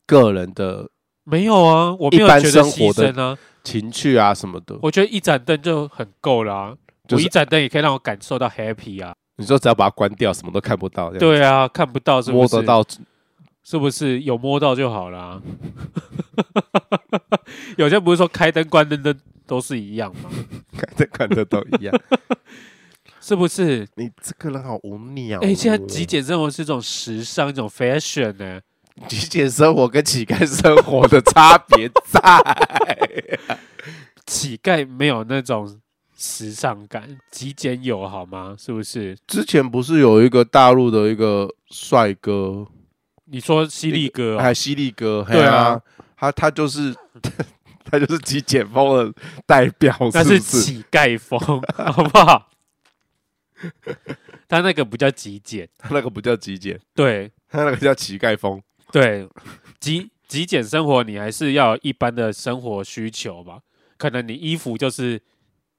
B: 个人的
A: 没有啊，我没有
B: 一般
A: 觉得
B: 生活
A: 牺
B: 的
A: 牲啊，
B: 情趣啊什么的。
A: 我觉得一盏灯就很够了啊。
B: 就
A: 我一
B: 是
A: 盏灯也可以让我感受到 happy 啊，
B: 你说只要把它关掉，什么都看不到，这样
A: 对啊，看不到是不
B: 摸
A: 是？
B: 得到
A: 是不是有摸到就好啦、啊 有些不是说开灯关灯灯都是一样吗？
B: 看得看得都一样。
A: 是不是？哎
B: 你这个人好无聊哦。
A: 哎、现在极简生活是一种时尚，一种 fashion 呢、
B: 极简生活跟乞丐生活的差别在。
A: 乞丐没有那种时尚感，极简有好吗？是不是？
B: 之前不是有一个大陆的一个帅哥，
A: 你说犀利哥、哦，
B: 还犀利哥，
A: 对
B: 嘿
A: 啊，
B: 他他就是他就是极简风的代表，
A: 那是
B: 是不是？
A: 乞丐 风，好不好？他那个不叫极简，
B: 他那个不叫极简，
A: 对
B: 他那个叫乞丐风。
A: 对，极极简生活你还是要有一般的生活需求吧？可能你衣服就是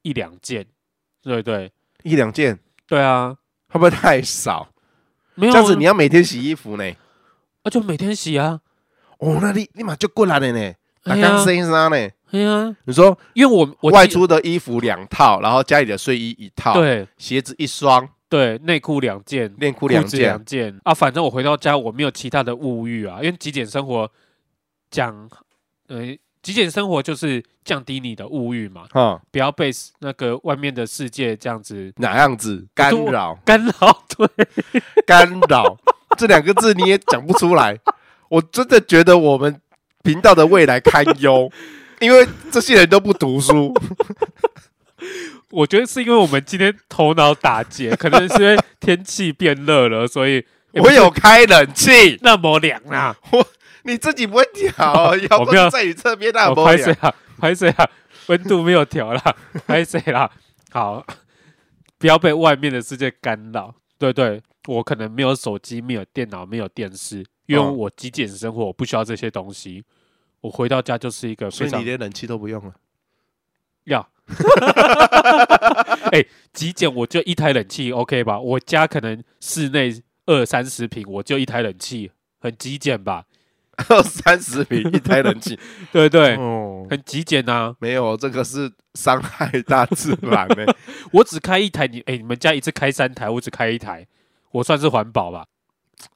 A: 一两件，对不对？
B: 一两件
A: 对啊，
B: 会不会太少？
A: 没
B: 这
A: 有
B: 样子
A: 啊
B: 你要每天洗衣服呢？
A: 啊就每天洗啊，
B: 哦，那你立马就过来了呢，打
A: 哎呀
B: 啊刚身上呢？
A: 对啊，
B: 你说
A: 因为我我
B: 外
A: 记
B: 出的衣服两套，然后家里的睡衣一套，
A: 对
B: 鞋子一双，
A: 对内裤两件，
B: 内裤
A: 裤
B: 两
A: 子
B: 件
A: 两，件啊，反正我回到家我没有其他的物欲啊，因为极简生活讲，呃，极简生活就是降低你的物欲嘛，
B: 哈，
A: 不要被那个外面的世界这样子
B: 哪样子干扰？
A: 干扰。对，
B: 干扰这两个字你也讲不出来，我真的觉得我们频道的未来堪 忧，因为这些人都不读书，
A: 我觉得是因为我们今天头脑打结，可能是因为天气变热了，所以 也不
B: 我
A: 是
B: 有开冷气，
A: 那么凉啊。
B: 你自己不会
A: 哦
B: 调，要不
A: 没有
B: 是在你这边那
A: 我
B: 不
A: 拍
B: 会
A: 谁
B: 调。
A: 啊？ 拍谁啊？温度没有调啦， 拍谁啦？好，不要被外面的世界干扰。对对，我可能没有手机，没有电脑，没有电视，因为
B: 嗯
A: 我极简生活，我不需要这些东西。我回到家就是一个
B: 所
A: 非
B: 以你
A: 常
B: 连冷气都不用了，
A: 要。 哎、极简我就一台冷气，OK 吧？我家可能室内二三十平，我就一台冷气，很极简吧？
B: 二三十平一台冷气，
A: 对对，
B: 哦，
A: 很极简啊。
B: 没有，这个是伤害大自然 欸呢、
A: 我只开一台，你哎、你们家一次开三台，我只开一台，我算是环保吧？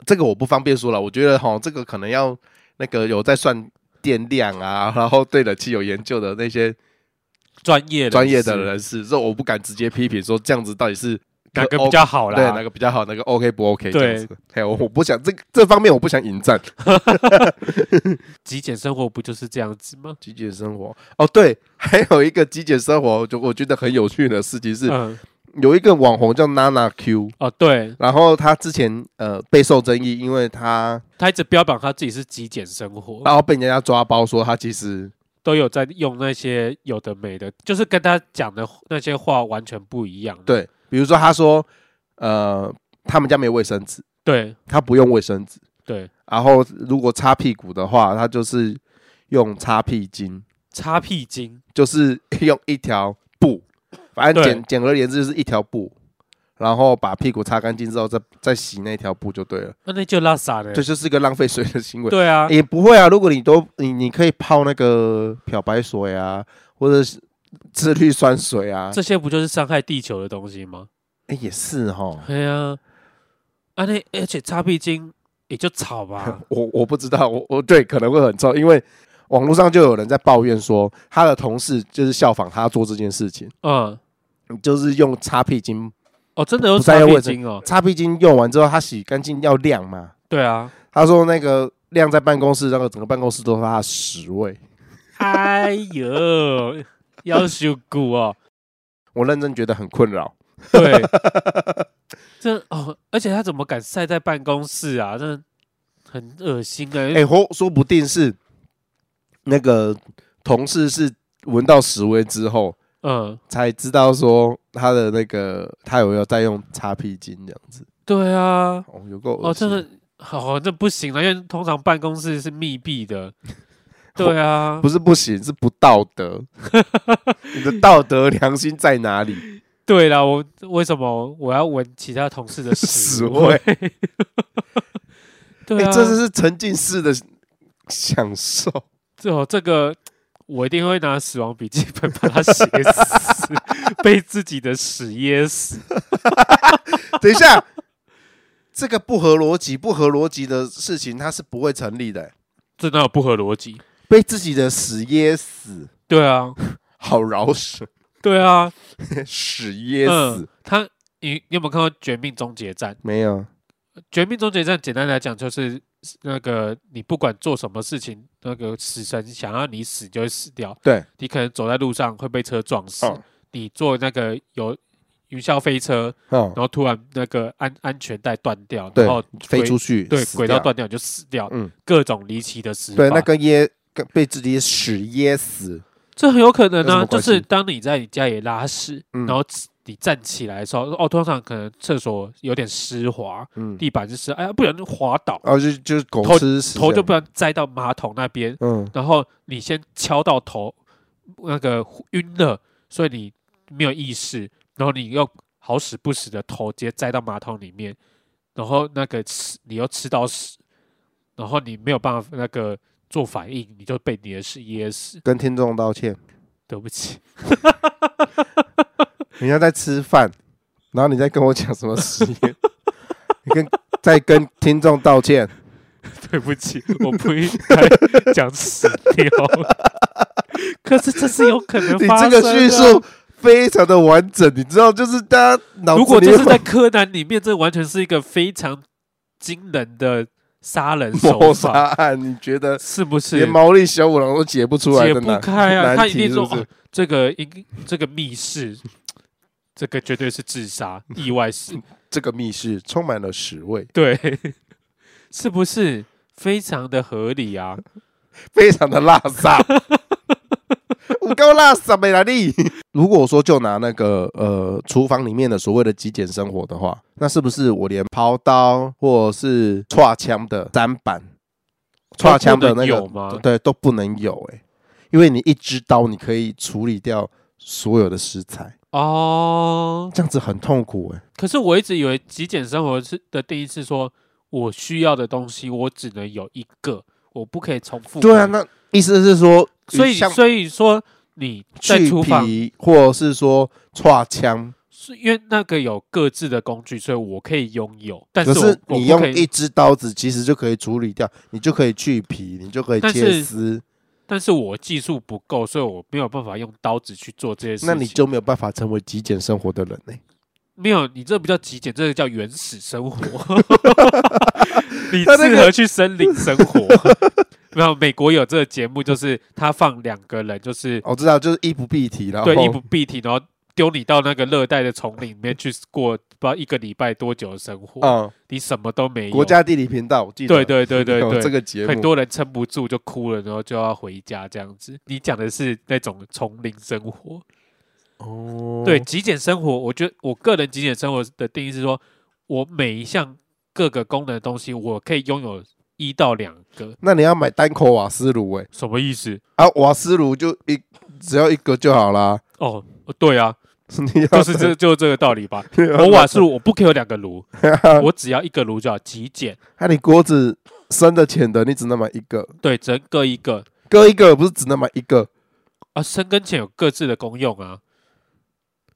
B: 这个我不方便说了，我觉得哈，这个可能要那个有在算电量啊，然后对冷气有研究的那些
A: 专业人士
B: 专业的人士，这我不敢直接批评说这样子到底是
A: 哪个
B: 可
A: 比较好啦？
B: 哦对哪个比较好，哪个 OK 不 OK
A: 对
B: 这样子。嘿，我我不想这这方面我不想引战。
A: 极简生活不就是这样子吗？
B: 极简生活哦，对，还有一个极简生活，就我觉得很有趣的事情是，
A: 嗯，
B: 有一个网红叫娜娜 Q。
A: 哦，对，
B: 然后他之前呃备受争议，因为他
A: 他一直标榜他自己是极简生活，
B: 然后被人家抓包说他其实
A: 都有在用那些有的没的，就是跟他讲的那些话完全不一样。
B: 对，比如说他说呃他们家没有卫生纸，
A: 对
B: 他不用卫生纸，
A: 对，
B: 然后如果擦屁股的话，他就是用擦屁巾，
A: 擦屁巾，
B: 就是用一条布， 反正
A: 对
B: 简简而言之就是一条布，然后把屁股擦干净之后再再洗那条布就对了，
A: 啊那那就拉撒的
B: 这。就是一个浪费水的行为。
A: 对啊，
B: 也不会啊，如果你都你你可以泡那个漂白水啊，或者是次氯酸水啊，
A: 这些不就是伤害地球的东西吗？
B: 哎、也 是哈。
A: 对啊，啊那而且擦屁巾也就吵吧。
B: 我我不知道，我我对可能会很臭，因为网络上就有人在抱怨说，他的同事就是效仿他做这件事情，
A: 嗯，
B: 就是用擦屁巾，
A: 哦，真的有
B: 不
A: 擦
B: 在
A: 屁
B: 乎卫生
A: 巾哦。
B: 擦屁巾用完之后，他洗干净要晾嘛。
A: 对啊，
B: 他说那个晾在办公室，那个整个办公室都是他的屎味。
A: 哎 呦，要修骨哦。
B: 我认真觉得很困扰。
A: 对，这哦，而且他怎么敢晒在办公室啊？真的很恶心哎、
B: 哎、或说不定是那个同事是闻到屎味之后
A: 嗯，
B: 才知道说他的那个他有要再用擦屁巾这样子。
A: 对啊，
B: 哦，有够恶
A: 哦，真
B: 心
A: 的，哦，这不行了，因为通常办公室是密闭的。对啊，
B: 不是不行，是不道德。你的道德良心在哪里？
A: 对啦，我为什么我要闻其他同事的 屎
B: 屎味？
A: 对
B: 哎、
A: 啊，
B: 这是沉浸式的享受。
A: 这哦，这个我一定会拿死亡笔记本把它写死， 被自己的屎噎 死。
B: 等一下，这个不合逻辑、不合逻辑的事情，它是不会成立的、
A: 这哪有不合逻辑？
B: 被自己的屎噎死，
A: 对啊，
B: 好饶舌，
A: 对啊，
B: 屎噎死、
A: 嗯，他你你有没有看过《绝命终结战》？
B: 没有？
A: 绝命终结站》简单来讲就是那个你不管做什么事情，那个死神想要你死就会死掉。
B: 对，
A: 你可能走在路上会被车撞死，
B: 嗯
A: 你坐那个有云霄飞车，
B: 嗯
A: 然，后突然那个安安全带断掉，
B: 对
A: 然后
B: 飞
A: 轨
B: 出去，
A: 对
B: 死
A: 轨道
B: 掉，
A: 断掉你就死掉，
B: 嗯，
A: 各种离奇的死法。
B: 对，那跟噎跟被自己屎噎死，
A: 这很有可能
B: 有什
A: 啊，
B: 么
A: 就
B: 关系
A: 是当你在你家里拉屎，
B: 嗯
A: 然后你站起来的时候，哦，通常可能厕所有点湿滑，
B: 嗯，
A: 地板是湿，哎呀，不然就滑倒，
B: 哦，就就是狗
A: 头
B: 吃屎这样，
A: 头就不然栽到马桶那边，
B: 嗯，
A: 然后你先敲到头，那个晕了，所以你没有意识，然后你又好死不死的头直接栽到马桶里面，然后那个吃你又吃到屎，然后你没有办法那个做反应，你就被你的屎噎死，
B: 跟听众道歉，
A: 对不起。
B: 人家在吃饭，然后你在跟我讲什么屎噎， 你跟在跟听众道歉，
A: 对不起，我不应该讲死掉。 可是这是有可能
B: 你
A: 发
B: 这
A: 生的。啊
B: 个叙述，非常的完整，你知道，就是大家脑子里
A: 如果这是
B: 有
A: 在柯南里面，这完全是一个非常惊人的杀人手
B: 谋
A: 法，
B: 杀案，你觉得
A: 是不
B: 连
A: 是？
B: 毛利小五郎都解不出来
A: 解
B: 的
A: 不
B: 难
A: 开啊！他
B: 难
A: 一定
B: 题是
A: 说
B: 不是
A: 哦？这个应这个密室，这个绝对是自杀意外死，
B: 这个密室充满了屎味，
A: 对，是不是非常的合理啊？
B: 非常的垃圾。我够垃圾没啦你。如果说就拿那个呃厨房里面的所谓的极简生活的话，那是不是我连刨刀或者是串枪的砧板、串枪的那
A: 有
B: 个
A: 吗？
B: 对都不能有哎、因为你一支刀你可以处理掉所有的食材，
A: 哦，
B: 这样子很痛苦哎、
A: 可是我一直以为极简生活是的定义是说，我需要的东西我只能有一个，我不可以重复买。
B: 对啊，那意思是说，
A: 所以
B: 像
A: 所以说你在
B: 去
A: 厨房，
B: 皮或者是说串枪
A: 是因为那个有各自的工具，所以我可以拥有，但
B: 可
A: 是我
B: 是你
A: 我不可
B: 用
A: 以
B: 一只刀子，其实就可以处理掉，你就可以去皮，你就可以
A: 但
B: 切
A: 是
B: 丝，
A: 但是我技术不够，所以我没有办法用刀子去做这些事情。
B: 那你就没有办法成为极简生活的人呢、
A: 没有，你这不叫极简，这个叫原始生 活。 你
B: 他那
A: 适
B: 个
A: 合去森林生 活。没有，美国有这个节目，就是他放两个人，就是
B: 我知道，就是衣不蔽体，然后
A: 对，衣不蔽体，然后丢你到那个热带的丛林里面去过，不知道一个礼拜多久的生活，
B: 嗯，
A: 你什么都没有。
B: 国家地理频道，我记得
A: 对对对对
B: 有这
A: 对，
B: 个节目，
A: 很多人撑不住就哭了，然后就要回家这样子。你讲的是那种丛林生活，
B: 哦，
A: 对极简生活，我觉得我个人极简生活的定义是说，我每一项各个功能的东西，我可以拥有一到两个。
B: 那你要买单口瓦斯炉哎、
A: 什么意思？
B: 啊，瓦斯炉就一只要一个就好啦。
A: 哦，对 啊，
B: 你
A: 就
B: 要
A: 是这就这个道理吧。
B: 你要
A: 我瓦斯炉我不可以有两个 炉，
B: 那
A: 我只要一个炉就好，极简。
B: 啊你锅子深的浅的，你只能买一个，
A: 对，只能各一个
B: 割一个不是只能买一个，
A: 啊。深跟浅有各自的功用啊，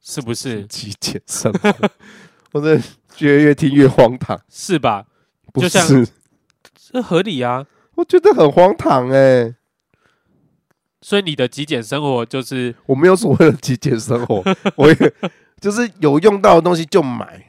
A: 是不是？
B: 极简生活， 我真的觉得越听越荒唐，
A: 是吧？
B: 不
A: 就像
B: 是。
A: 这合理啊。
B: 我觉得很荒唐哎、
A: 所以你的极简生活就是
B: 我没有所谓的极简生活， 我也就是有用到的东西就买，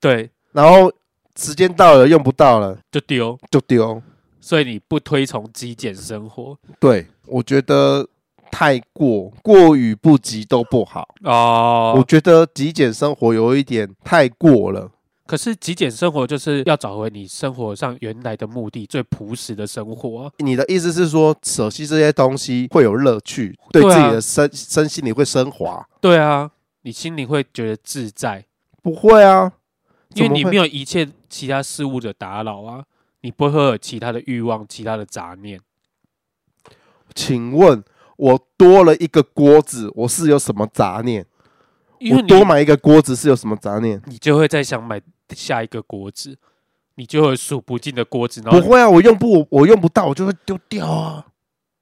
A: 对，
B: 然后时间到了用不到了
A: 就丢。
B: 就丢。
A: 所以你不推崇极简生活
B: 对，我觉得太过过与不及都不好。我
A: 哦。
B: 觉得极简生活有一点太过了。
A: 可是极简生活就是要找回你生活上原来的目的，最朴实的生活啊、
B: 你的意思是说，舍弃这些东西会有乐趣，对
A: 对
B: 自
A: 啊
B: 己的身身心里会升华？
A: 对啊，你心里会觉得自在，
B: 不会啊，
A: 因为
B: 怎么
A: 你
B: 会
A: 没有一切其他事物的打扰啊，你不会有其他的欲望、其他的杂念。
B: 请问，我多了一个锅子，我是有什么杂念？
A: 因
B: 我
A: 为你
B: 多买一个锅子是有什么杂念？
A: 你就会再想买下一个锅子，你就会有数不尽的锅子。然后
B: 不，会啊，我用不我用不到，我就会丢掉啊。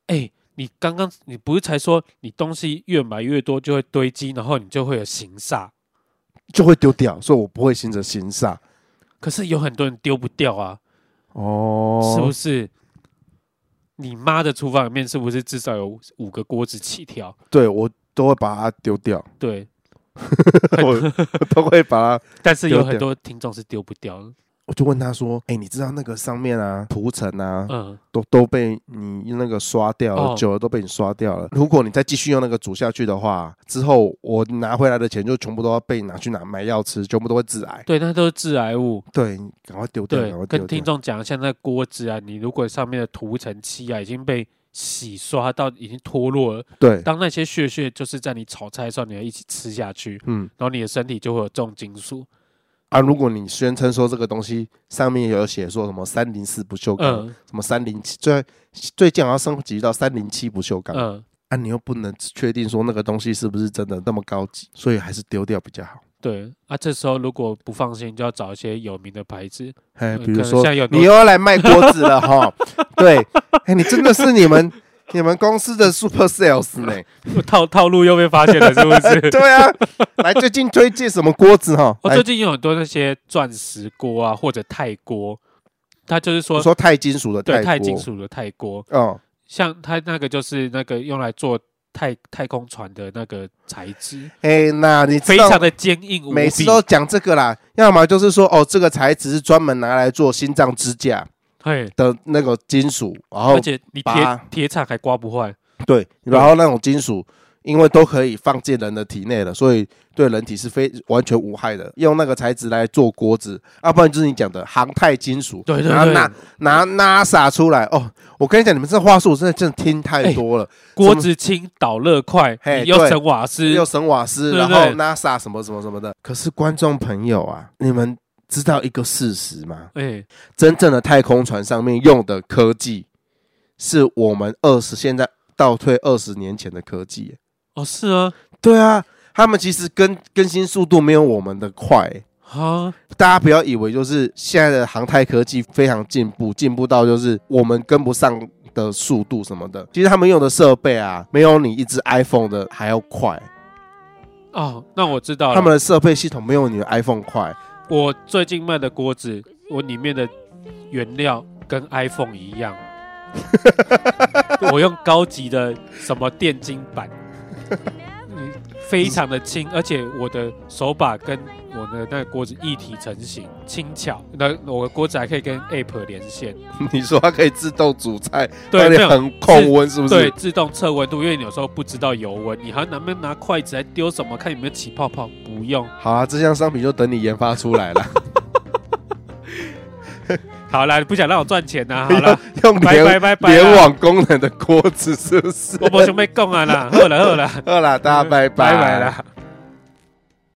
A: 哎、你刚刚你不是才说你东西越买越多就会堆积，然后你就会有形煞。
B: 就会丢掉，所以我不会形成形煞。
A: 可是有很多人丢不掉啊，
B: 哦，
A: 是不是？你妈的厨房里面是不是至少有五个锅子起跳？
B: 对我都会把它丢掉，
A: 对，
B: 我我都会把它。
A: 但是有
B: 丢掉
A: 很多听众是丢不掉的。
B: 我就问他说：“哎、你知道那个上面啊，涂层啊，
A: 嗯，
B: 都都被你那个刷掉了，
A: 哦
B: 久了都被你刷掉了。如果你再继续用那个煮下去的话，之后我拿回来的钱就全部都要被拿去拿买药吃，全部都会致癌。
A: 对，那都是致癌物。
B: 对，你赶快丢掉，
A: 对
B: 赶快，丢
A: 跟听
B: 掉。
A: 众讲一下，那锅子啊，你如果上面的涂层漆啊已经被洗刷到已经脱落了，
B: 对，
A: 当那些屑屑就是在你炒菜的时候，你要一起吃下去，
B: 嗯
A: 然后你的身体就会有重金属。
B: 啊，如果你宣称说这个东西上面有写说什么三零四不锈钢，
A: 嗯
B: 什么三零七，最最近好像升级到三零七不锈钢，
A: 嗯，
B: 啊，你又不能确定说那个东西是不是真的那么高级，所以还是丢掉比较好。
A: 对啊，这时候如果不放心，就要找一些有名的牌子。
B: 哎，
A: 嗯
B: 比如
A: 可能
B: 说
A: 现在有很多
B: 你又要来卖锅子 了哈，对，哎，你真的是你们你们公司的 super sales 呢？
A: 套套路又被发现了，是不 是？
B: 对啊，来最近推荐什么锅子哈？
A: 我、
B: 来
A: 最，近有很多那些钻石锅啊，或者钛锅，它就是说
B: 我说钛金属的
A: 对钛
B: 钛锅
A: 金，属的钛锅，
B: 哦，
A: 像它那个就是那个用来做太太空船的那个材质，
B: 哎，那你知
A: 非
B: 道
A: 常的坚硬无比。
B: 每次都讲这个啦，要么就是说哦，这个材质是专门拿来做心脏支架
A: 嘿，
B: 的那个金属，然后
A: 而且你
B: 拔
A: 铁铁铲还刮不坏，
B: 对，然后那种金属因为都可以放进人的体内了，所以对人体是非完全无害的。用那个材质来做锅子，要、不然就是你讲的航太金属，
A: 对对
B: 然后
A: 对
B: 拿拿 NASA 出来哦。我跟你讲，你们这话术真的真的听太多了，
A: 锅子轻导热快，
B: 嘿
A: 你又
B: 对
A: 省瓦斯，
B: 又省瓦斯，
A: 对
B: 然后
A: 对
B: NASA 什么什么什么的。可是观众朋友啊，你们知道一个事实吗？
A: 哎，
B: 真正的太空船上面用的科技，是我们二十现在倒退二十年前的科技耶、
A: 哦是啊，
B: 对啊，他们其实更更新速度没有我们的快、
A: 啊，
B: 大家不要以为就是现在的航太科技非常进步，进步到就是我们跟不上的速度什么的。其实他们用的设备啊，没有你一只 iPhone 的还要快，
A: 哦，那我知道了。
B: 他们的设备系统没有你的 iPhone 快。
A: 我最近卖的锅子，我里面的原料跟 iPhone 一样，我用高级的什么电晶板，嗯非常的轻，而且我的手把跟我的那个锅子一体成型，轻巧。那我的锅子还可以跟 App 连线，
B: 你说它可以自动煮菜，
A: 对，没
B: 你
A: 有。
B: 很控温是不
A: 对，
B: 是？
A: 自动测温度，因为你有时候不知道油温，你还能不能拿筷子来丢什么，看有没有起泡泡？不用，
B: 好啊，这项商品就等你研发出来了，
A: 好啦，不想让我赚钱呐、 好啦，
B: 用
A: 拜
B: 联
A: 拜拜拜啦，
B: 联网功能的锅子是不是？
A: 我无想要讲啊啦，好啦好啦，
B: 好啦，大家拜拜
A: 拜拜啦。